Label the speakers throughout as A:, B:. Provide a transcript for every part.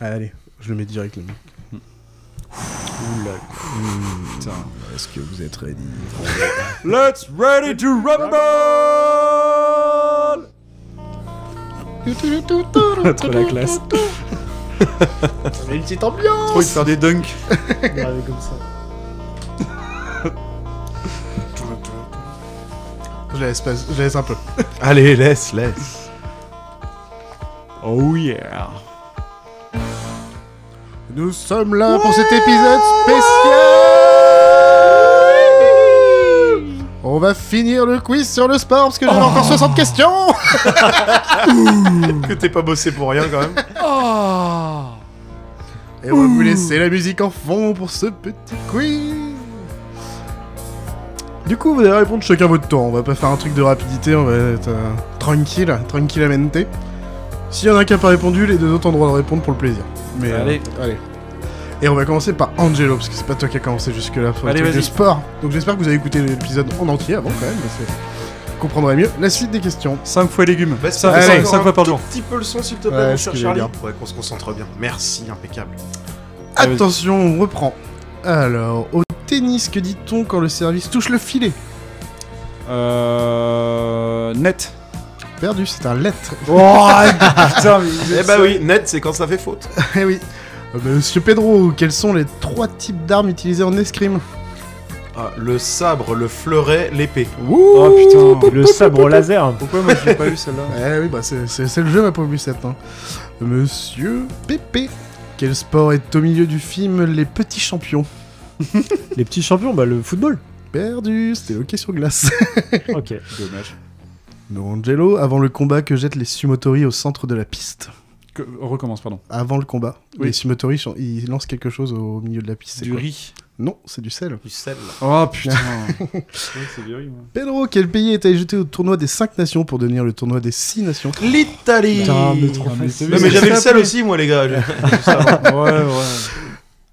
A: Allez, je le mets direct, le mec.
B: Putain.
C: Est-ce que vous êtes ready
B: Let's ready to rumble
C: Trop la classe.
D: Mais une petite ambiance
B: Trop de faire des dunks.
D: Grave comme ça.
A: Je la laisse, pas- je la laisse un peu.
C: Allez, laisse, laisse.
B: Oh yeah.
A: Nous sommes là pour cet épisode spécial On va finir le quiz sur le sport parce que j'avais
D: Oh.
A: encore 60 questions
B: Que t'es pas bossé pour rien quand même.
D: Oh.
A: Et on va vous laisser la musique en fond pour ce petit quiz Du coup, vous allez répondre chacun votre tour. On va pas faire un truc de rapidité, on va être euh, tranquille, tranquillamente. S'il y en a un qui a pas répondu, les deux autres ont le droit de répondre pour le plaisir. Mais euh,
B: Allez.
A: allez. Et on va commencer par Angelo, parce que c'est pas toi qui a commencé jusque-là sur le
B: Allez,
A: truc de
B: vas-y.
A: sport. Donc j'espère que vous avez écouté l'épisode en entier avant quand même, parce que vous comprendrez mieux la suite des questions.
B: 5 fois légumes.
E: Bah,
B: 5,
E: c'est pas encore un
B: fois par jour.
E: Petit peu le son, s'il te
A: Ouais,
E: plaît, mon cher
A: excusez
E: Charlie. Ouais, qu'on se concentre bien. Merci, impeccable.
B: Ah, vas-y.
A: Attention, on reprend. Alors, au tennis, que dit-on quand le service touche le filet
B: Euh. Net.
A: Perdu, c'est un lettre.
B: Oh putain,
E: Eh bah oui, net, c'est quand ça fait faute.
A: Eh oui. Euh, Monsieur Pedro, quels sont les trois types d'armes utilisées en escrime
E: Ah, le sabre, le fleuret, l'épée.
B: Oh putain.
D: Le sabre laser
B: Pourquoi moi j'ai pas eu celle-là
A: Eh oui, bah c'est- c'est c'est le jeu, ma pauvre Lucette. hein. Monsieur Pépé, quel sport est au milieu du film Les Petits Champions
D: Les petits champions, bah le football
A: Perdu, c'était hockey sur glace.
D: Ok.
B: Dommage.
A: Non, Angelo, avant le combat que jettent les Sumotori au centre de la piste.
B: Que- on recommence, pardon.
A: Avant le combat,
B: Oui.
A: les Sumotori, sont- ils lancent quelque chose au milieu de la piste. c'est
B: Du
A: quoi
B: riz.
A: Non, c'est du sel.
E: Du sel.
B: Oh putain. c'est hein. du riz, moi.
A: Pedro, quel pays est allé jeter au tournoi des 5 nations pour devenir le tournoi des 6 nations
E: L'Italie
D: Putain, mais trop
B: Ah, mais
D: facile.
B: t'as
E: Non,
B: vu,
E: mais
B: c'est
E: j'avais
B: ça,
E: le sel
B: plus.
E: aussi, moi, les gars.
B: Ouais, ouais.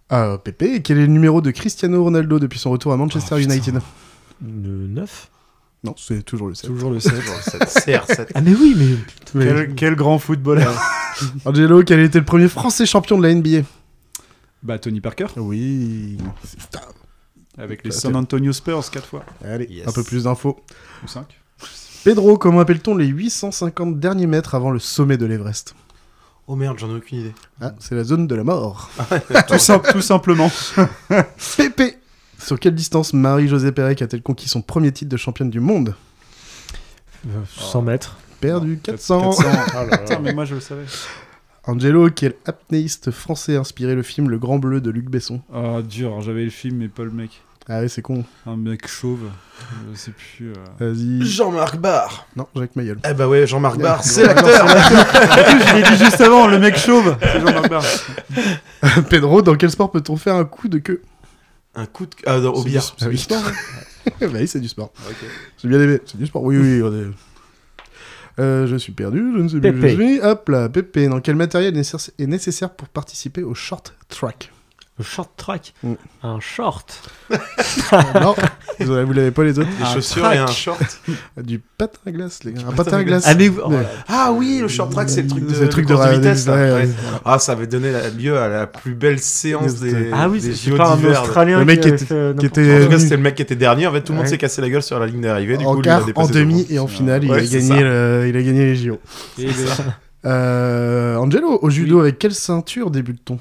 A: Ah, Pépé, quel est le numéro de Cristiano Ronaldo depuis son retour à Manchester
D: Oh,
A: United
D: Le 9
A: Non, c'est toujours le 7.
B: Toujours le 7.
E: CR7.
D: Ah mais oui, mais...
B: Quel, quel grand footballeur.
A: Angelo, quel était le premier français champion de la NBA
B: Bah, Tony Parker,
A: Oui.
B: avec les San Antonio Spurs 4 fois.
A: Allez,
E: Yes.
A: un peu plus d'infos.
B: Ou 5.
A: Pedro, comment appelle-t-on les 850 derniers mètres avant le sommet de l'Everest
E: Oh merde, j'en ai aucune idée.
A: Ah, c'est la zone de la mort. Ah,
B: Tout, simple, tout simplement.
A: Pépé Sur quelle distance Marie-Josée Pérec a-t-elle conquis son premier titre de championne du monde
D: Euh, 100 mètres.
A: Perdu 400.
B: 400.
D: Ah là
B: Putain, mais moi je le savais.
A: Angelo, quel apnéiste français a inspiré le film Le Grand Bleu de Luc Besson
B: Oh, dur, j'avais le film, mais pas le mec.
A: Ah ouais, c'est con.
B: Un mec chauve. Je sais plus. euh.
A: Vas-y.
E: Jean-Marc Barr.
A: Non, Jacques Mayol.
E: Eh bah ouais, Jean-Marc Barr,
A: Ouais,
E: c'est l'acteur.
B: je l'ai dit juste avant, le mec chauve. C'est Jean-Marc Barr.
A: Pedro, dans quel sport peut-on faire un coup de queue
E: Un coup de. Ah, non, au
A: C'est
E: billard.
A: du- C'est du sport.
E: hein.
A: ouais. bah oui, c'est du sport. J'ai bien aimé. C'est du sport. Oui, oui, on est- Euh, je suis perdu, je ne sais plus où je
D: Pépé.
A: suis. Hop là, Pépé. Dans quel matériel nécess- est nécessaire pour participer au short track
D: Le short track
A: Mm.
D: Un short
A: Non, vous avez- vous l'avez pas les autres. Ah,
E: Des
B: Un
E: Ah, chaussures
D: track.
E: et un short.
A: Du patin à glace, les gars. Un patin à glace.
D: Ah mais... oh,
A: Ouais.
E: Ah oui, le short track, c'est le truc de,
A: le truc
E: de, course de
A: ra-
E: vitesse. là.
A: ouais,
E: Ouais.
A: ouais.
E: Ah, ça avait donné la- lieu à la plus belle séance
A: Des-
E: des.
D: Ah oui,
E: des
D: c'est
E: JO
D: pas un
E: d'hiver.
D: Australien
A: Le mec
D: qui, avait
A: qui était-
D: fait, euh,
A: qui
D: n'importe
A: était-
E: En tout
D: quoi.
E: cas, c'était le mec qui était dernier. En fait, tout le monde
A: Ouais.
E: s'est cassé la gueule sur la ligne d'arrivée. Du
A: en
E: coup,
A: quart,
E: lui, il a
A: en
E: dépassé tout le
A: demi
E: monde.
A: et en finale, il,
E: Ouais,
A: a
E: c'est
A: gagné
E: ça.
A: le- il a gagné les JO.
B: Et les-
A: Euh, Angelo, au judo, avec quelle ceinture débute-t-on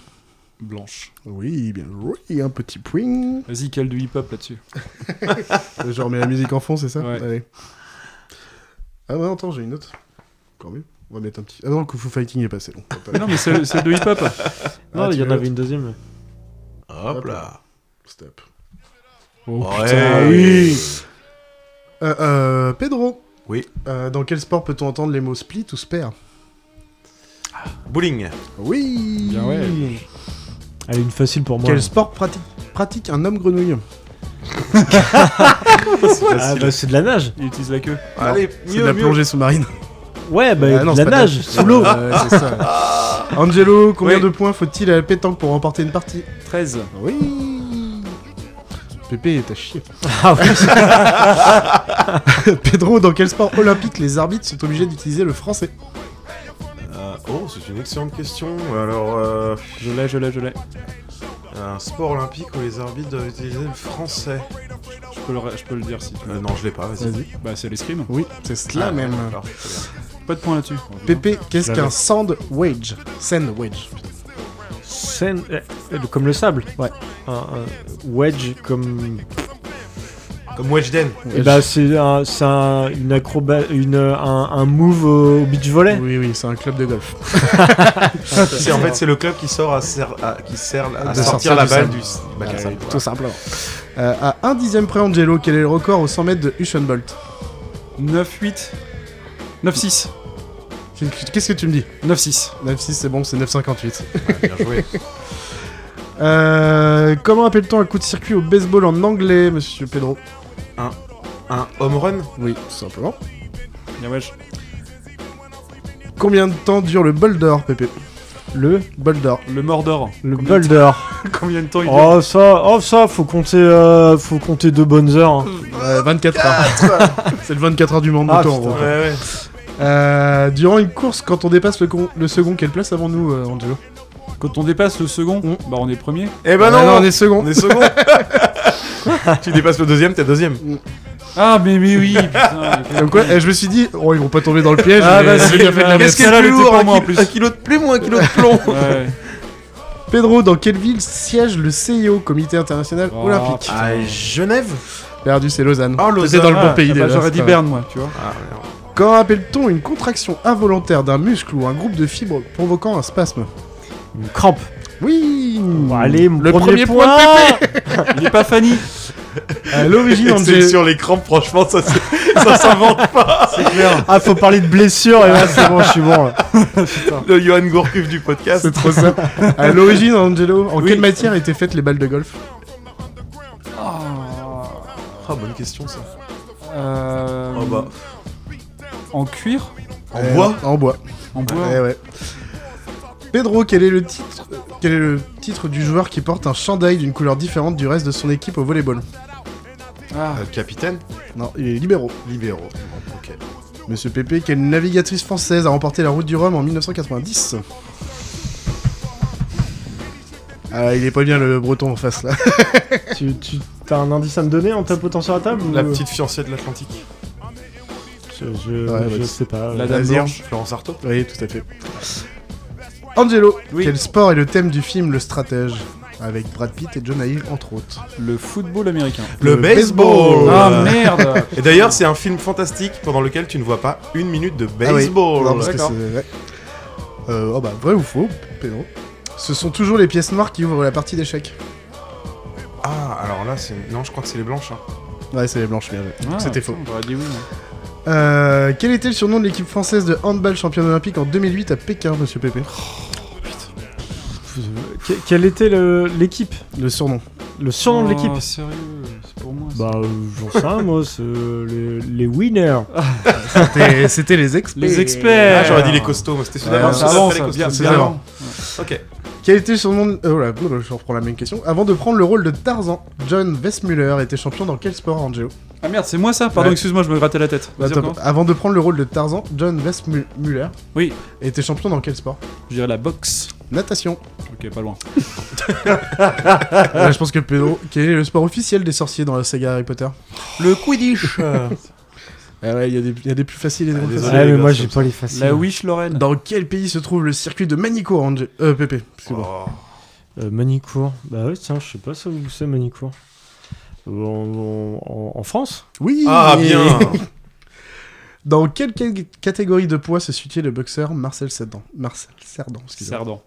B: Blanche.
A: Oui, bien joué, un petit point.
B: Vas-y, cale du hip-hop là-dessus.
A: Je remets Euh, la musique en fond, c'est ça
B: Ouais.
A: Allez. Ah bah attends, j'ai une autre. Encore mieux. On va mettre un petit... Ah non, le Kung Fu Fighting est passé. long.
B: Mais non, mais c'est c'est de hip-hop.
D: Non,
A: Ah,
D: il y
A: tu
D: en
A: veux
D: avait une deuxième.
E: Hop là.
A: Stop.
B: Oh
E: Ouais.
B: putain, oui.
A: Euh, euh, Pedro
E: Oui.
A: Euh, dans quel sport peut-on entendre les mots split ou spare
E: Bowling.
A: Ah, Oui
B: Bien ouais.
D: Allez, une facile pour moi.
A: Quel sport pratique, pratique un homme grenouille
D: Ah bah c'est de la nage
B: Il utilise la queue.
E: Allez,
A: C'est de la
E: mieux, mieux.
A: plongée sous-marine.
D: Ouais, bah
A: Ah non,
D: de
A: c'est
D: la
A: pas
D: nage, sous l'eau
A: Ouais, c'est ça. Angelo, combien
B: Oui.
A: de points faut-il à la pétanque pour remporter une partie
B: 13.
A: Oui Pépé, t'as chier.
D: Ah oui,
A: Pedro, dans quel sport olympique les arbitres sont obligés d'utiliser le français
E: Euh, Oh, c'est une excellente question. Alors, euh,
D: Je l'ai, je l'ai, je l'ai.
E: un sport olympique où les arbitres doivent utiliser le français.
F: Je peux le, je peux le dire si tu veux.
E: Euh, non, je l'ai pas, vas-y.
A: Vas-y.
F: Bah, c'est l'escrime.
A: Oui, c'est cela
E: Ah,
A: même.
E: Alors, très bien.
F: Pas de point là-dessus.
A: Pépé, qu'est-ce
C: J'avais.
A: qu'un sandwich Sandwich.
D: Sen- euh, euh, comme le sable. Ouais. Un, un wedge comme.
E: Comme Weshden.
D: Eh ben, c'est un, c'est un- une acroba, une, euh, un, un move au beach volley.
A: Oui, oui, c'est un club de golf.
E: C'est en fait c'est le club qui sort à, ser- à- qui sert à
A: Ah, De
E: sortir,
A: sortir
E: la
A: du
E: balle
A: sable.
E: du bac à
A: Ah,
E: sable.
A: Tout simplement. Euh, à un dixième près, Angelo, quel est le record aux 100 mètres de Usain Bolt
F: 9-8. 9-6.
A: Qu'est-ce que tu me dis
F: 9-6.
A: 9,6, c'est bon, c'est 9,58.
E: Bien joué.
A: Euh, comment appelle-t-on un coup de circuit au baseball en anglais, monsieur Pedro
E: Un home run
A: Oui, tout simplement.
F: Bien wesh.
A: Combien de temps dure le bol d'or, Pépé
D: Le
A: Bol d'or.
F: Le Mordor.
D: le
F: Combien de-
D: boulder.
F: Combien de temps il dure
D: Oh ça, oh ça, faut compter, euh, faut compter deux bonnes heures. hein.
A: Euh, 24 heures. c'est le 24 heures du monde
D: Ah,
A: moto, en
D: putain.
A: gros.
E: ouais.
A: Euh, durant une course, quand on dépasse le, con- le second, quelle place avons-nous, euh, Angelo
F: Quand on dépasse le second,
A: Mm.
F: bah on est premier.
E: Eh ben
A: Ah
E: non,
A: on est second.
E: on est second. tu dépasses le deuxième, t'es deuxième.
F: Ah, mais, mais oui, putain.
A: Comme quoi, eh, je me suis dit, oh, ils vont pas tomber dans le piège.
D: Ah,
A: mais
D: bah,
A: j'ai
D: si,
A: bien fait de la
D: bah,
A: mettre.
E: Qu'est-ce qui est
D: celle-là,
E: le plus
D: elle était
E: lourd
D: pour
E: un,
D: moi, en
E: kilo-
D: plus.
E: un kilo de plume ou un kilo de plomb
F: Ouais.
A: Pedro, dans quelle ville siège le CIO, Comité International
F: Oh,
A: Olympique
E: Ah, Genève
A: Perdu, c'est Lausanne.
E: Oh,
A: T'étais dans le bon
F: Ah,
A: pays
F: bah,
A: déjà.
F: J'aurais dit
A: c'est pas-
F: Berne, moi, tu vois.
E: Ah, merde.
A: Quand appelle-t-on une contraction involontaire d'un muscle ou un groupe de fibres provoquant un spasme
D: Une crampe.
A: Oui
D: Bon, allez, mon
A: Le premier point
D: point.
F: Il est pas Fanny.
A: À Euh, l'origine,
E: Et c'est
A: Angelo...
E: sur les crampes, franchement, ça, c'est- ça s'invente.
D: ah, faut parler de blessure et là c'est bon, je suis bon. là.
E: le Johan Gourcuff du podcast.
A: C'est trop ça. À l'origine, Angelo, en quelle matière étaient faites les balles de golf Oh.
E: Ah, bonne question ça.
F: Euh,
E: Oh, bah.
F: En cuir
E: En
A: Euh,
E: bois
A: En bois. Eh
F: En bois
A: Ouais, ouais. Pedro, quel est le titre quel est le titre du joueur qui porte un chandail d'une couleur différente du reste de son équipe au volleyball
F: Ah,
E: Euh, Capitaine
A: Non, il est libéraux.
E: Libéraux. Ok.
A: Monsieur Pépé, quelle navigatrice française a remporté la route du Rhum en 1990 Ah, il est pas bien le breton en face là.
D: tu, tu t'as un indice à me donner en tapotant sur la table ou-
E: La petite fiancée de l'Atlantique.
D: Je, je-
A: Ouais,
D: je
A: bah,
D: sais pas.
F: La
D: euh,
F: dame
A: vas-y,
F: blanche.
E: Florence Artaud
A: Oui, tout à fait. Angelo,
F: Oui.
A: quel sport est le thème du film Le Stratège Avec Brad Pitt et John Hill, entre autres.
F: Le football américain.
E: Le
A: Le baseball.
E: baseball
F: Ah merde
E: Et d'ailleurs, c'est un film fantastique pendant lequel tu ne vois pas une minute de
A: Ah oui.
E: baseball.
A: Non, parce que
F: d'accord.
A: c'est vrai. Euh, oh bah, vrai ou faux, Pedro Ce sont toujours les pièces noires qui ouvrent la partie d'échecs.
E: Ah, alors là, c'est. Non, je crois que c'est les blanches. hein.
A: Ouais, c'est les blanches, bien joué.
F: Ah,
A: C'était
F: putain,
A: faux.
F: J'aurais dit oui. moi.
A: Euh, quel était le surnom de l'équipe française de handball championne olympique en 2008 à Pékin, monsieur Pépé
D: que- quelle était le- l'équipe
A: Le surnom.
D: Le surnom de l'équipe
F: Oh, sérieux, c'est pour moi. ça.
D: Bah, euh, j'en sais rien, moi, c'est euh, les, les winners.
A: C'était- C'était les experts.
F: Les experts
E: Ah, j'aurais dit les costauds, mais c'était
F: Ah,
E: ceux
F: ça
E: d'avant.
F: avance,
E: ceux
F: ça
E: d'après,
F: avance,
E: les
F: bien,
E: costauds.
F: bien,
A: c'est
F: bien.
A: avant.
E: Ok.
A: Quel était le surnom de... Oh là, oh là, je reprends la même question. Avant de prendre le rôle de Tarzan, John Westmuller était champion dans quel sport, Angelo
F: Ah merde, c'est moi ça Pardon,
A: Ouais.
F: excuse-moi, je me grattais la tête. Vas-y,
A: Bah, Attends,
F: recommence.
A: Avant de prendre le rôle de Tarzan, John Westmuller
F: Oui.
A: était champion dans quel sport
F: Je dirais la boxe.
A: Natation.
F: Ok, pas loin.
A: Là, je pense que Pedro... Quel est le sport officiel des sorciers dans la saga Harry Potter
E: Le Quidditch euh,
A: Ah ouais, il y, a des- il y a des plus faciles et des
E: Ah,
A: moins
E: désolé.
A: faciles.
E: les
D: Ouais, mais
E: gars,
D: moi,
E: c'est
D: j'ai pas les faciles.
F: La Wish Lorraine.
A: Dans quel pays se trouve le circuit de Manicourt, Angelo Euh, Pépé, c'est bon.
E: oh.
D: Euh, Manicourt. Bah, ouais, tiens, je sais pas ça où c'est, Manicourt. En, en- en France
A: Oui
E: Ah, bien
A: Dans quelle ca- catégorie de poids se situait le boxeur Marcel Cerdan Marcel Cerdan, excusez-moi.
F: Cerdan.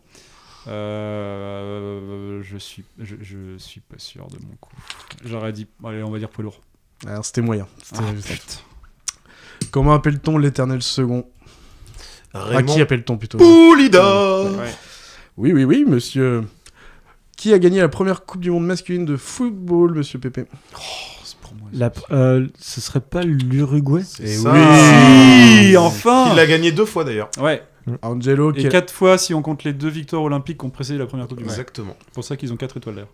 F: Euh, je suis, je, je suis pas sûr de mon coup. J'aurais dit, allez, on va dire poids lourd.
A: Alors, c'était moyen. C'était
F: Ah,
A: juste.
F: putain.
A: Comment appelle-t-on l'éternel second À
E: Raymond
A: qui appelle-t-on plutôt
E: Poulidor
F: Ouais.
A: Oui, oui, oui, monsieur. Qui a gagné la première Coupe du Monde masculine de football, monsieur Pépé
F: Oh, c'est pour moi.
D: La, euh, Ce serait pas l'Uruguay
E: C'est
A: Eh
E: ça.
F: Oui, enfin.
E: Il a gagné deux fois d'ailleurs.
F: Ouais.
A: Angelo,
F: Et
A: quel-
F: quatre fois si on compte les deux victoires olympiques qui ont précédé la première Coupe du Monde.
E: Exactement.
F: C'est pour ça qu'ils ont quatre étoiles d'air.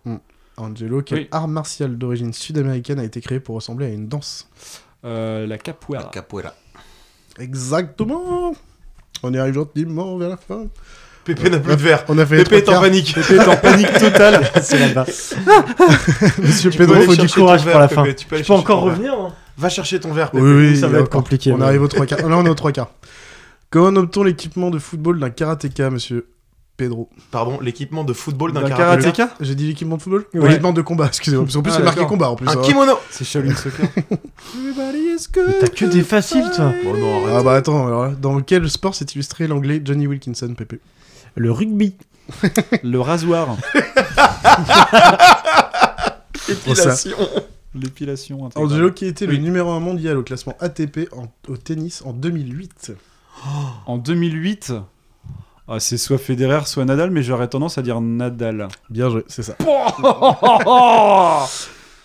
A: Angelo, quel
F: Oui.
A: art martial d'origine sud-américaine a été créé pour ressembler à une danse
F: Euh, la capoeira.
E: Capoeira.
A: Exactement On y arrive gentiment vers la fin.
E: Pépé n'a plus de verre.
A: On a fait les
E: Pépé est
A: trois
E: en
A: quarts.
E: panique.
D: T'es en panique totale. C'est là-bas.
A: Monsieur
E: Tu peux
A: Pedro,
E: aller
A: faut
E: chercher
A: du
E: ton
D: courage
E: verre,
D: pour la
E: Pépé,
D: fin.
E: Tu peux,
D: Je
E: aller
D: peux
E: chercher
D: encore
E: ton verre.
D: revenir. hein.
E: Va chercher ton verre,
A: Oui,
E: Pépé.
A: oui,
D: Ça va être
A: encore.
D: compliqué.
A: On
D: ouais.
A: arrive aux trois quarts. Là, on est aux trois quarts. Comment obtient l'équipement de football d'un karatéka, monsieur Pedro
E: Pardon, l'équipement de football d'un
B: D'un
E: karaté.
B: karatéka
A: J'ai dit l'équipement de football Ou
D: Ouais.
A: L'équipement de combat, excusez-moi. Parce qu'en plus,
F: Ah,
A: c'est marqué
F: d'accord.
A: combat en plus.
E: Un
A: hein.
E: kimono.
F: C'est Shaolin Soccer.
D: Mais T'as que des faciles, toi.
E: Bon, non, arrête.
A: Ah bah attends, alors là, dans quel sport s'est illustré l'anglais Johnny Wilkinson, Pépé
D: Le rugby.
F: Le rasoir.
E: Épilation.
F: L'épilation. intégrale.
A: Angelo, qui était le
F: Oui.
A: numéro 1 mondial au classement ATP en- au tennis en 2008
F: En 2008. Ah, c'est soit Federer, soit Nadal, mais j'aurais tendance à dire Nadal.
A: Bien joué, c'est ça.
F: Oh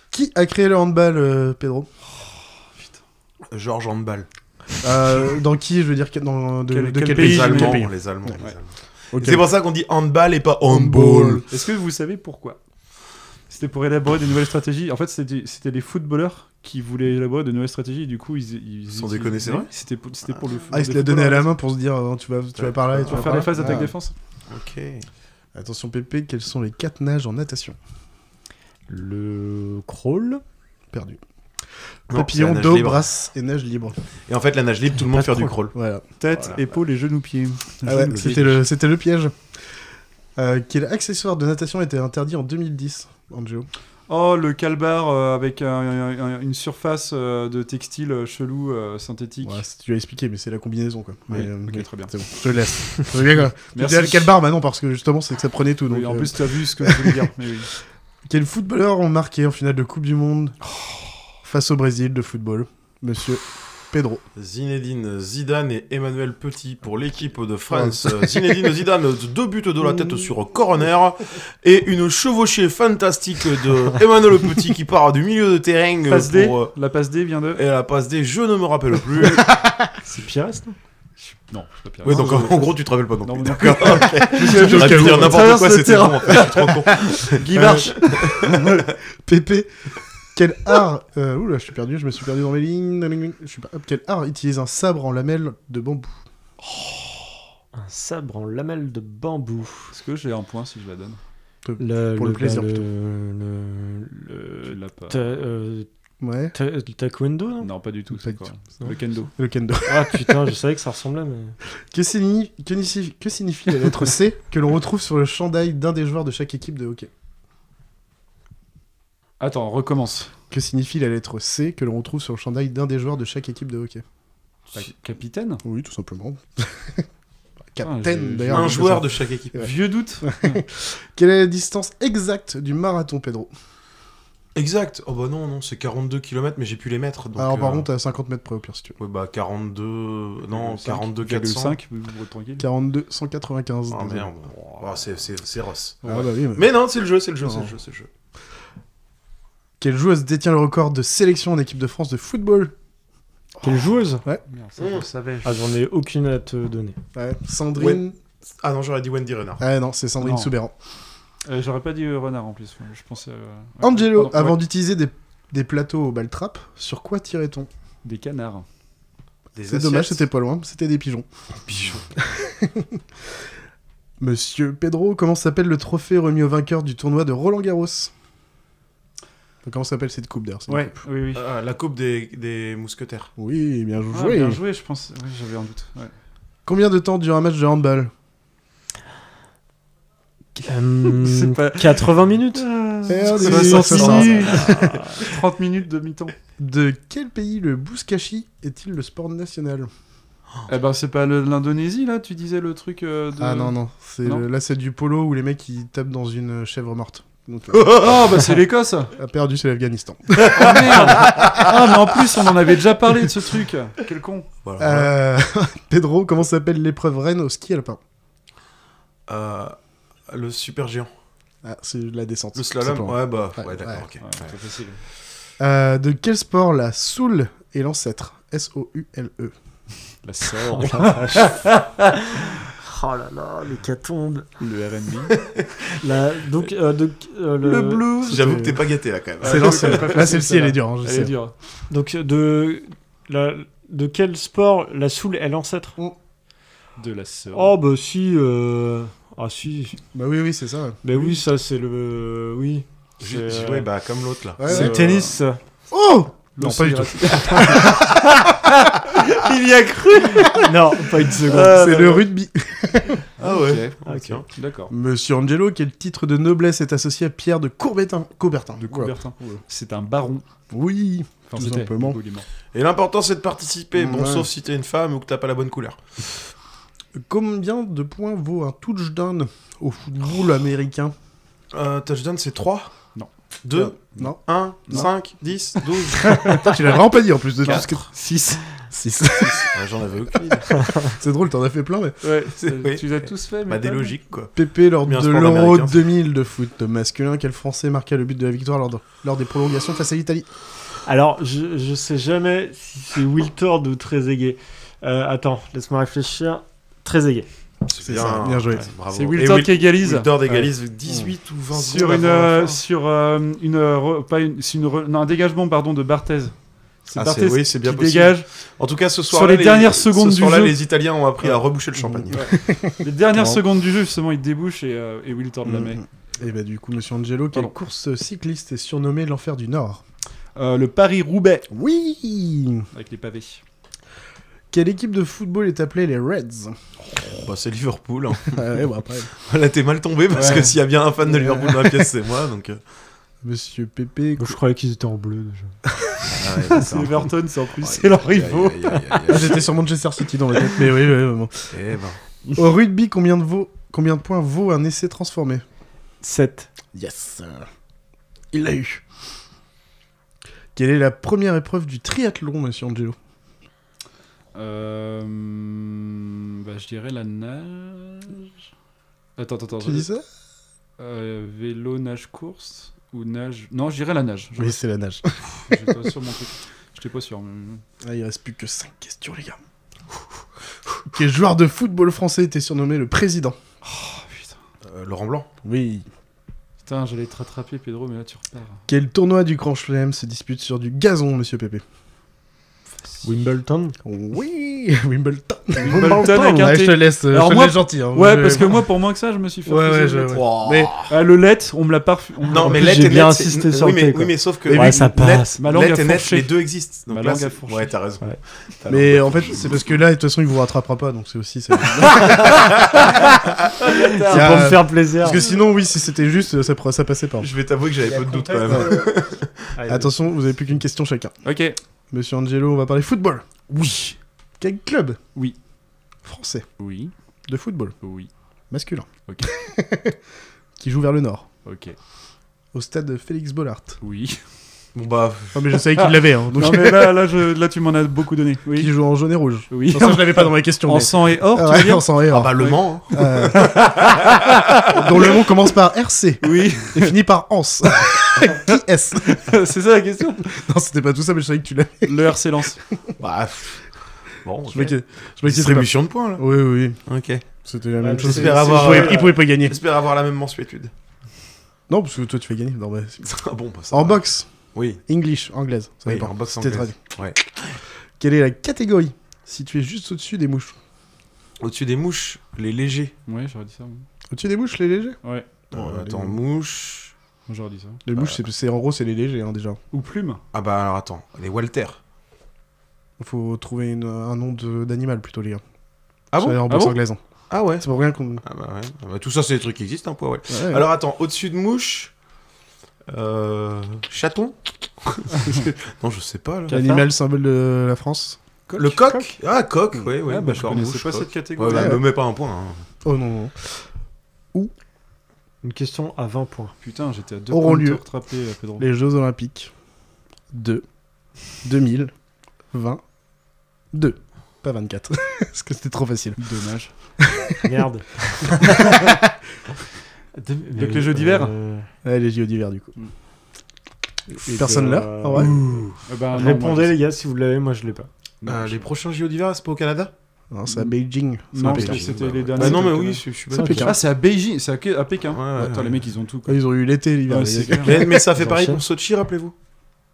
A: Qui a créé le handball, euh, Pedro
E: Georges Handball.
A: Euh, Dans qui, je veux dire, que- dans, de,
F: Quel-
A: de
F: quel pays,
A: quel pays
E: Les
F: j'imagine.
E: Allemands, les Allemands. les
F: Ouais.
E: Allemands.
A: Ok.
E: C'est pour ça qu'on dit handball et pas handball.
F: Est-ce que vous savez pourquoi C'était pour élaborer des nouvelles stratégies. En fait, c'était c'était les footballeurs qui voulaient élaborer de nouvelles stratégies. et Du coup, ils. ils
E: Sans
F: ils-
E: déconner, c'est
F: oui,
E: vrai
F: C'était pour, c'était pour le
A: Ah, il se l'a donné à la main pour se dire euh, tu vas, tu vas par là et tu
F: Pour
A: vas
F: faire
A: par
F: les
A: là.
F: phases
A: Ah.
F: d'attaque-défense.
E: Ok.
A: Attention, Pépé, quels sont les quatre nages en natation
D: Le crawl.
A: Perdu.
E: Non, c'est
A: Papillon,
E: la nage
A: dos,
E: libre.
A: brasse et nage libre.
E: Et en fait, la nage libre, tout le monde
D: Pas
E: fait du
D: trop.
E: crawl.
A: Voilà.
F: Tête,
E: Voilà.
F: épaule et genoux pieds.
A: Ah ouais, c'était le, c'était le piège. Euh, quel accessoire de natation était interdit en 2010, Angelo
F: Oh, le calbar euh, avec un- un- un- une surface euh, de textile euh, chelou euh, synthétique.
A: Ouais, c'est- Tu l'as expliqué, mais c'est la combinaison quoi.
F: Oui,
A: Mais, euh,
F: ok,
A: ok,
F: très bien.
A: C'est bon, je te laisse. Je veux bien, quoi. Tu
F: Merci.
A: disais le calbar, bah non, parce que justement, c'est que ça prenait tout. Donc,
F: Oui, en
A: euh,
F: plus, t'as vu ce que je voulais dire. Mais oui.
A: Quels footballeurs ont marqué en finale de Coupe du Monde
F: Oh.
A: face au Brésil de football Monsieur Pedro.
E: Zinedine Zidane et Emmanuel Petit pour l'équipe de France. Euh, Zinedine Zidane, deux buts de la tête sur corner et une chevauchée fantastique de Emmanuel Petit qui part du milieu de terrain euh,
F: Passe D,
E: pour euh,
F: la passe D vient de.
E: et la passe des je ne me rappelle plus. Eh,
D: C'est Pirates, non
F: Non, je suis pas pire.
E: ouais, donc en, en gros, tu te rappelles pas non
F: Non,
E: plus.
F: mais non.
E: D'accord. ok. J'aurais pu
A: Jusqu'à où
E: dire
A: on
E: n'importe
D: traverse
E: quoi,
D: le
E: c'était
D: terrain.
E: bon en fait, je suis trop con.
D: Guy March.
A: Pépé, quel art euh, Oula, je suis perdu, je me suis perdu dans mes lignes. Je suis pas... Quel art utilise un sabre en lamelle de bambou
D: Un sabre en lamelle de bambou.
F: Est-ce que j'ai un point si je la donne
D: Le,
A: Pour le plaisir,
D: bah,
A: plutôt.
D: le, le- le-
F: Tu l'as pas.
D: ta- euh,
A: Ouais.
D: ta- le taekwondo, non
F: Non, pas du tout.
A: Pas
F: c'est
A: du
F: quoi
D: tout.
F: Le kendo.
A: Le kendo.
D: Ah putain, je savais que ça ressemblait, mais.
A: Que signifie, que, signifie- que signifie la lettre C que l'on retrouve sur le chandail d'un des joueurs de chaque équipe de hockey
F: Attends, recommence.
A: Que signifie la lettre C que l'on retrouve sur le chandail d'un des joueurs de chaque équipe de hockey
F: La capitaine
A: Oui, tout simplement.
F: Ah,
A: Capitaine,
F: j'ai-
A: d'ailleurs.
E: Un
A: on appelle
E: joueur
A: ça.
E: de chaque équipe.
A: Ouais.
F: Vieux doute
A: Quelle est la distance exacte du marathon, Pedro
E: Exact. Oh bah non, non, c'est 42 km, mais j'ai pu les mettre. donc,
A: Alors, par
E: euh,
A: contre, à 50 mètres près, au pire, si tu veux.
E: Ouais, bah 42.
F: Euh,
E: Non, 42, 400.
F: 5, tranquille.
A: 42, 195.
E: Ah
A: désolé.
E: merde. Oh, c'est- c'est c'est Ross.
A: Ah bah oui, mais-
E: Mais non, c'est le jeu, c'est le jeu, c'est
A: Non.
E: le jeu, c'est le jeu.
A: Quelle joueuse détient le record de sélection en équipe de France de football
D: Quelle joueuse
F: Merde, ça,
E: Mmh.
F: je le savais.
D: Ah, j'en ai aucune à te donner.
A: Ouais, Sandrine.
E: Ah non, j'aurais dit Wendy Renard.
A: Ah non, c'est Sandrine
F: Non.
A: Souberan.
F: Euh, J'aurais pas dit euh, renard en plus. ouais, Je pensais. euh, ouais.
A: Angelo,
F: Pardon,
A: avant
F: ouais,
A: d'utiliser des, des plateaux au baltrap, sur quoi tirait-on
F: Des canards.
E: Des
A: C'est dommage,
E: assiettes.
A: c'était pas loin, c'était des pigeons. Monsieur Pedro, comment s'appelle le trophée remis au vainqueur du tournoi de Roland Garros Comment s'appelle cette coupe d'ailleurs c'est une
F: Ouais,
A: coupe.
F: oui, oui.
E: Ah, la coupe des, des mousquetaires.
A: Oui, bien joué.
F: Ah, bien joué, je pense. Ouais, J'avais un doute. ouais.
A: Combien de temps dure un match de handball
D: Hum,
F: C'est pas-
D: 80 minutes
A: Merde,
F: Ça
A: il
F: va
A: est sorti.
F: sortir. 30 minutes de mi-temps.
A: De quel pays le bouskashi est-il le sport national
F: Eh ben, c'est pas le- l'Indonésie là, tu disais le truc euh, de.
A: Ah non, non. c'est
F: Non
A: le- là, c'est du polo où les mecs ils tapent dans une chèvre morte. Donc, euh,
F: Oh, bah c'est l'Écosse Oh
A: a perdu, c'est l'Afghanistan.
F: merde Ah, mais en plus, on en avait déjà parlé de ce truc Quel con
E: Voilà.
A: Euh, Pedro, comment s'appelle l'épreuve reine au ski alpin
E: Euh, le super géant.
A: ah, C'est la descente.
E: Le slalom.
A: simplement.
E: Ouais, bah, ouais,
A: Ouais, ouais.
E: d'accord, ok.
F: Ouais, c'est facile.
A: Euh, de quel sport la soul est l'ancêtre S-O-U-L-E.
F: La sœur,
D: Oh là là, les catombe
F: le RB.
D: donc, euh, de- euh, le,
A: blues
E: J'avoue que t'es pas gâté là quand même.
A: C'est l'ancêtre.
F: pas
A: Là,
F: facile,
A: celle-ci, elle
F: celle-là.
A: est dure. hein, je
F: Elle
A: sais.
F: est dure.
D: Donc, euh, de, la- de quel sport la soule est l'ancêtre
A: Oh.
G: de la sœur.
D: Oh, bah si. euh, Ah, si.
A: Bah oui, oui, c'est ça. ouais.
D: Mais oui, ça, c'est le. Oui.
E: J'ai-
D: C'est,
E: j'ai-
D: euh,
E: Ouais, bah comme l'autre là.
A: Ouais,
D: C'est
A: ouais.
D: le tennis. ça.
A: Oh Non, pas du tout.
D: Il y a cru Non, pas une seconde.
A: c'est le rugby.
E: Ah ouais.
D: Ah, ok.
E: Tiens.
F: D'accord.
A: Monsieur Angelo, quel titre de noblesse est associé à Pierre de Courbetin Coubertin. De
F: Coubertin. C'est un baron.
A: Oui.
F: Enfin,
A: Tout
F: c'était,
A: simplement.
F: du coup, il est mort.
E: Et l'important c'est de participer. Bon,
A: Ouais.
E: sauf si t'es une femme ou que t'as pas la bonne couleur.
A: Combien de points vaut un touchdown au football américain
E: Euh, touchdown c'est 3
F: Non.
E: 2
A: Non.
E: 1 5 10 12
A: Putain, Tu l'as vraiment pas dit en plus de tout ce que...
F: 6.
E: Ah, J'en avais aucune idée.
A: C'est drôle, t'en as fait plein, mais...
F: Ouais,
E: oui.
F: tu les as tous fait, mais.
E: Bah
F: pas
E: des
F: mal.
E: logiques quoi.
A: Pépé, lors
E: Bien,
A: de
E: sport
A: l'Euro
E: américain, ça.
A: 2000 de foot masculin, quel Français marqua le but de la victoire lors, de- lors des prolongations face à l'Italie
D: Alors, je, je sais jamais si c'est Wiltord ou Trezeguet. Euh, attends, laisse-moi réfléchir. Trezeguet.
E: C'est
A: ça, bien joué.
E: bravo.
F: C'est
E: Et
F: Wiltord
E: Wil-
F: qui égalise.
E: Wiltord égalise 18 ou 20
F: Sur une. euh, sur euh, une. euh, re- pas une. c'est une re- non, un dégagement, pardon, de Barthez. C'est
E: Ah,
F: Barthez
E: c'est- oui, c'est bien
F: qui
E: possible.
F: dégage.
E: En tout cas, ce
F: Sur
E: soir
F: les dernières secondes
E: ce
F: du
E: soir-là,
F: jeu.
E: les Italiens ont appris à reboucher le champagne.
F: Les dernières
A: Non.
F: secondes du jeu, justement, il débouche et, euh, et Wiltord la met.
A: Et bah du coup, monsieur Angelo, quelle
F: Pardon.
A: course cycliste est surnommée l'enfer du Nord
F: Euh, le Paris-Roubaix,
A: Oui
F: avec les pavés.
A: Quelle équipe de football est appelée les Reds
E: Bah, c'est Liverpool. hein.
A: Ah ouais, bah après,
E: Là, t'es mal tombé parce que
A: Ouais.
E: s'il y a bien un fan de Liverpool dans la pièce, c'est moi. Donc, euh,
A: Monsieur Pépé,
D: Je croyais qu'ils étaient en bleu déjà.
E: ah ouais, d'accord.
F: C'est Everton, c'est en plus.
E: Ouais.
F: C'est leur
E: Aïe,
F: rivaux.
E: aïe, aïe, aïe, aïe.
A: Ah, J'étais sur Manchester City dans la tête, mais oui, oui, oui, bon.
E: Eh ben.
A: Au rugby, combien de, vaut- combien de points vaut un essai transformé
D: 7.
A: Yes Il l'a eu Quelle est la première épreuve du triathlon, monsieur Angelo
F: Euh, bah, je dirais la nage. Attends, attends, attends.
A: Tu dis ça
F: Euh, vélo, nage, course ou nage. Non, je dirais la nage. Je-
A: Oui, c'est la nage.
F: J'étais pas sûr mon truc. J'étais pas sûr. mais-
A: Ah, il reste plus que 5 questions, les gars. Quel joueur de football français était surnommé le président
F: Oh, putain.
E: Euh, Laurent Blanc.
A: Oui.
F: Putain, j'allais te rattraper, Pedro, mais là tu repars.
A: Quel tournoi du Grand Chelem se dispute sur du gazon, monsieur Pépé
D: Wimbledon
A: Oui Wimbledon
F: Wimbledon avec un
A: Ouais, Je te
F: T.
A: laisse, euh,
F: Alors
A: je te
F: moi-
A: laisse gentil. hein.
F: Ouais,
A: Je- Oh,
F: parce que moi, pour moins que ça, je me suis fait.
A: Ouais, ouais,
F: refuser.
A: je- ouais.
E: Ouah.
A: Mais-
F: Ah, le let, on me l'a pas. refu- on me
E: Non,
F: l'a-
E: mais
D: plus,
E: let
D: j'ai
E: et
D: bien
E: net, c'est-
D: insisté
E: oui,
D: sur le
E: mais,
D: thé,
E: oui,
D: quoi.
E: mais sauf que.
A: Eh
D: Ouais,
E: oui,
D: ça
E: net-
D: passe.
F: Ma langue
E: let
F: a
E: et net,
F: fourché.
E: les deux existent. Donc
F: Ma
E: là,
F: langue a
E: c'est-
F: fourché.
E: Ouais, t'as raison.
D: Ouais.
E: T'as
A: Mais en
E: bah,
A: fait, c'est parce que là, de toute façon, il vous rattrapera pas, donc c'est aussi. ça.
D: C'est pour me faire plaisir.
A: Ah. Parce que sinon, oui, si c'était juste, ça, pourrait- ça passait pas.
E: Je vais t'avouer que j'avais peu de doute quand même.
D: euh,
A: Attention, vous avez plus qu'une question chacun.
F: Ok.
A: Monsieur Angelo, on va parler football. Oui. Quel club
F: Oui.
A: Français
F: Oui,
A: de football
F: oui,
A: masculin.
F: Ok.
A: Qui joue vers le nord,
F: ok.
A: au stade Félix Bollard.
F: Oui.
E: Bon, bah,
A: Non, mais je savais qu'il l'avait, hein, donc-
F: Non, mais là, là, je, là tu m'en as beaucoup donné.
A: Qui
F: Oui.
A: joue en jaune et rouge.
F: Oui.
A: Non, ça, je l'avais pas dans ma question.
F: En
A: mais-
F: sang et or,
A: Ah bah,
F: tu
A: ouais,
F: veux dire
A: en sang et
E: ah
A: or.
E: bah, Le Mans. hein.
A: Euh, dont le nom commence par RC
F: Oui,
A: et finit par Ans. qui est-ce
F: c'est ça la question.
A: Non, c'était pas tout ça, mais je savais que tu l'avais.
F: Le RC Lens.
E: Bah, pff. bon. ok.
A: Je m'inquiète- je m'inquiète pas.
E: Distribution de points là.
A: Oui, oui,
E: Ok.
A: c'était la même chose.
D: mais c'est-
A: Il
E: J'espère avoir.
A: pouvait,
E: euh,
A: il pouvait pas gagner.
E: J'espère avoir la même mensuétude.
A: Non, parce que toi, tu fais gagner. Non, bah, c'est-
E: Ah bon, bah, ça
A: en
E: va.
A: boxe,
E: Oui.
A: English, anglaise. Ça
E: Oui,
A: dépend.
E: en boxe
A: C'était
E: anglaise.
A: traduit.
E: Ouais.
A: Quelle est la catégorie située juste au-dessus des mouches
E: Au-dessus des mouches, les légers.
F: Ouais, j'aurais dit ça. moi.
A: Au-dessus des mouches, les légers
F: Ouais,
E: Euh,
A: les-
E: attends, mouches.
F: j'aurais dit ça.
A: Les mouches,
E: Euh.
A: c'est- c'est en gros, c'est les légers hein, déjà.
F: Ou plume.
E: Ah bah alors attends, les Walter.
A: Faut trouver une- un nom de- d'animal plutôt, les gars.
E: Ah
A: Ça,
E: bon
A: En
F: Ah
A: boxe
F: bon
A: anglaise. hein.
E: Ah ouais.
A: C'est pour rien qu'on.
E: Ah bah ouais. Ah bah, tout ça c'est des trucs qui existent, hein, pour ouais.
A: Ouais, ouais.
E: Alors attends, au-dessus de mouche. Euh, chaton Non, je sais pas. Là.
A: l'animal symbole de la France.
E: Le coq Ah, coq, ouais, ouais.
F: ah, bah, je
E: d'accord,
F: connaissais
E: mouche,
F: pas
E: coq.
F: cette catégorie.
E: Ouais, bah,
A: Ouais.
E: me mets pas un point. hein.
A: Oh non. non.
D: Une question à 20 points.
F: Putain, j'étais à deux
A: Auront
F: points de te
A: lieu.
F: rattraper, euh, Pedro.
A: Les Jeux Olympiques de 2022. Pas 24. Parce que c'était trop facile.
F: Dommage.
D: Merde.
F: Donc, les jeux d'hiver
D: euh,
A: Ouais, les JO d'hiver, du coup.
E: Mm.
D: Et
A: Personne
D: ben,
A: là en vrai
F: Ah bah, non,
D: Répondez
F: moi,
D: les gars si vous l'avez, moi je l'ai pas.
E: Euh, les prochains JO d'hiver, c'est pas au Canada
A: Non, c'est à Beijing. C'est à
F: Non, parce
A: Ah, Pékin.
F: que c'était les derniers.
E: Bah non, mais
F: donc,
E: oui,
F: euh,
E: je je suis
D: C'est
E: pas
D: à
E: Pékin.
F: Ah, c'est à Beijing, c'est à, Ké- à Pékin.
E: Ouais, ouais,
F: Attends,
E: ouais.
F: les mecs, ils ont tout. quoi.
A: Ah, Ils ont eu l'été, l'hiver.
F: Ouais,
A: les
F: c'est
A: gars.
F: clair.
E: Mais, mais ça fait
D: Ils
E: pareil
D: enchaînent.
E: pour Sochi, rappelez-vous.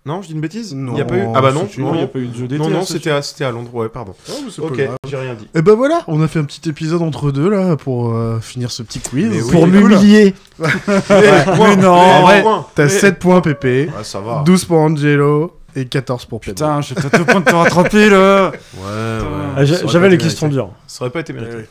E: Non, je dis une bêtise
A: Non,
E: Il y a pas eu Ah bah non,
A: c'est une-
E: non,
F: Non, il n'y a
E: non,
F: pas eu de jeu d'été. hein,
E: non,
F: à
E: non,
F: ce
E: c'était à, c'était à Londres, ouais, pardon.
A: Oh, mais c'est pas
E: Ok,
A: grave.
E: j'ai rien dit.
A: Et ben voilà, on a fait un petit épisode entre deux là pour euh, finir ce petit quiz.
E: Mais
A: pour
E: oui. Pour
A: m'humilier.
E: Point,
F: non,
E: point,
F: en vrai.
E: point.
A: T'as 7 points PP,
E: Ah, ça va.
A: 12 pour Angelo et 14 pour Pedro.
F: Putain, j'ai peut-être le point de te rattraper là.
E: Ouais, ouais.
D: Ah,
E: Ça
D: j'a-
E: aurait
D: J'avais
E: pas
D: les
E: été
D: questions
E: mérité.
D: dures.
E: Ça aurait pas été mérité.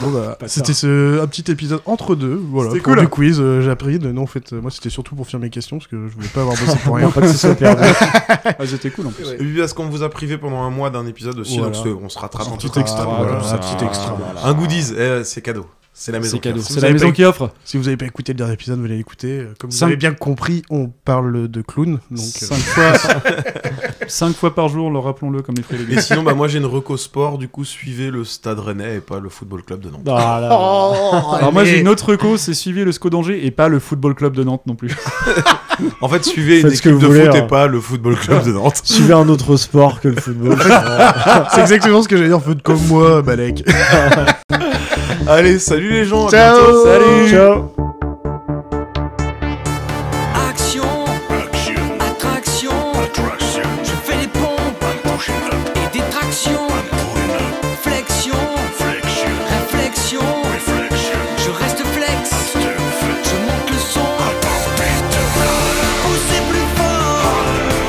A: Bon, bah,
F: Pas
A: c'était ce un petit épisode entre deux, voilà,
F: C'était
A: pour
F: cool.
A: le quiz. euh, j'ai appris, de- non, en fait, euh, moi c'était surtout pour finir mes questions parce que je voulais pas avoir bossé pour rien.
D: Pas que ce soit perdu.
F: Ah, c'était cool en plus.
E: Et puis parce qu'on vous a privé pendant un mois d'un épisode aussi,
A: Voilà.
E: donc c'est- on se rattrape un
A: petit extra,
E: voilà.
A: comme ça.
E: Un petit extra. Un goodies, eh, c'est cadeau. C'est la maison.
F: C'est
E: qui
F: cadeau.
E: offre.
F: Ah,
A: vous
F: C'est la
A: avez
F: maison
A: pas-
F: qui offre.
A: si vous avez pas écouté le dernier épisode, vous l'avez écouté. euh, Comme vous
F: Cinq-
A: avez bien compris, on parle de clown, donc euh,
F: 5 fois, cinq fois par jour, leur rappelons-le comme les fruits et
E: Et
F: légumes.
E: sinon, bah, moi j'ai une reco sport, du coup suivez le Stade Rennais et pas le Football Club de Nantes.
D: Ah, là, là.
F: Alors moi j'ai une autre reco, c'est suivez le SCO d'Angers et pas le football club de Nantes non plus.
E: En fait, suivez une
D: Faites ce que
E: équipe de
D: vous voulez,
E: foot
D: hein.
E: et pas le Football Club de Nantes.
D: Suivez un autre sport que le football.
A: c'est exactement ce que j'allais dire. Faites comme moi, Balek.
E: Allez, salut les gens. à
A: Ciao.
E: bientôt.
A: Salut.
D: Ciao.
G: Action. Attraction. Je fais les pompes. Et des tractions. Flexion. Réflexion. Je reste flex. Je monte le son. Pousser plus fort.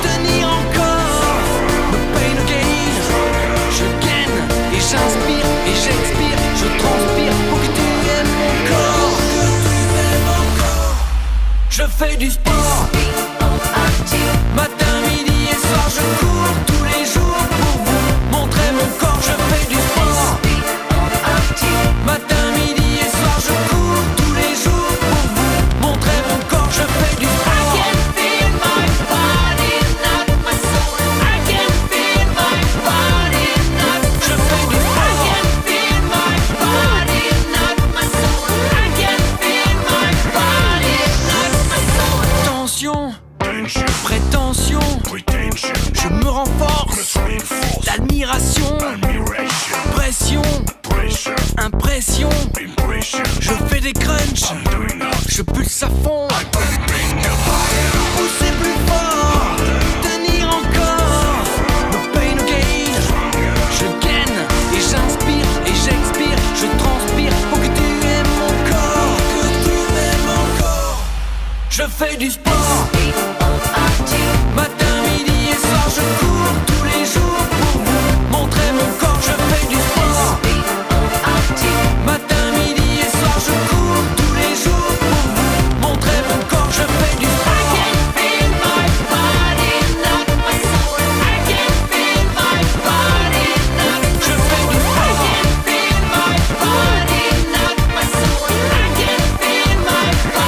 G: Tenir encore. No pain, no gain. Je gagne. Et j'inspire. Et j'expire. Je transpire. Pour que tu aimes mon corps. Que tu aimes mon corps. Je fais du sport Matin, midi et soir Je cours tous les jours pour vous montrer mon corps Je fais du sport Matin, midi et soir Je cours tous les jours pour vous montrer mon corps Je fais du sport Je fais du sport Tension, prétention, je me renforce, l'admiration, pression, impression, je fais des crunchs, je pulse à fond, pousser plus fort, tenir encore, no pain, no gain, je gagne et j'inspire et j'expire, je transpire pour que tu aimes mon corps, que tu m'aimes encore. Je fais du sport Matin, midi et soir Je cours tous les jours pour vous Montrer mon corps Je fais du sport Matin, midi et soir Je cours tous les jours pour vous Montrer mon corps Je fais du sport Je fais du sport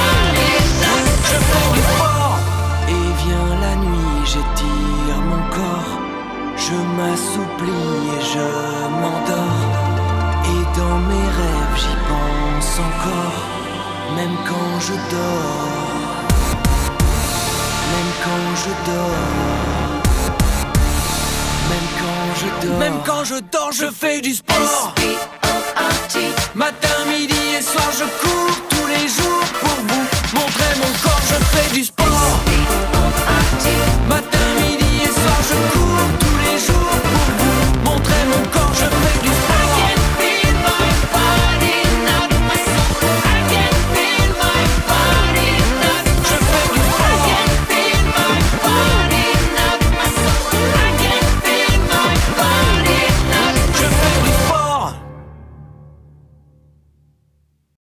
G: Je fais du sport Et vient la nuit, j'étire mon corps Je m'assouplis et je m'endors Et dans mes rêves j'y pense encore Même quand je dors Même quand je dors Même quand je dors Même quand je dors je fais du sport Matin, midi et soir,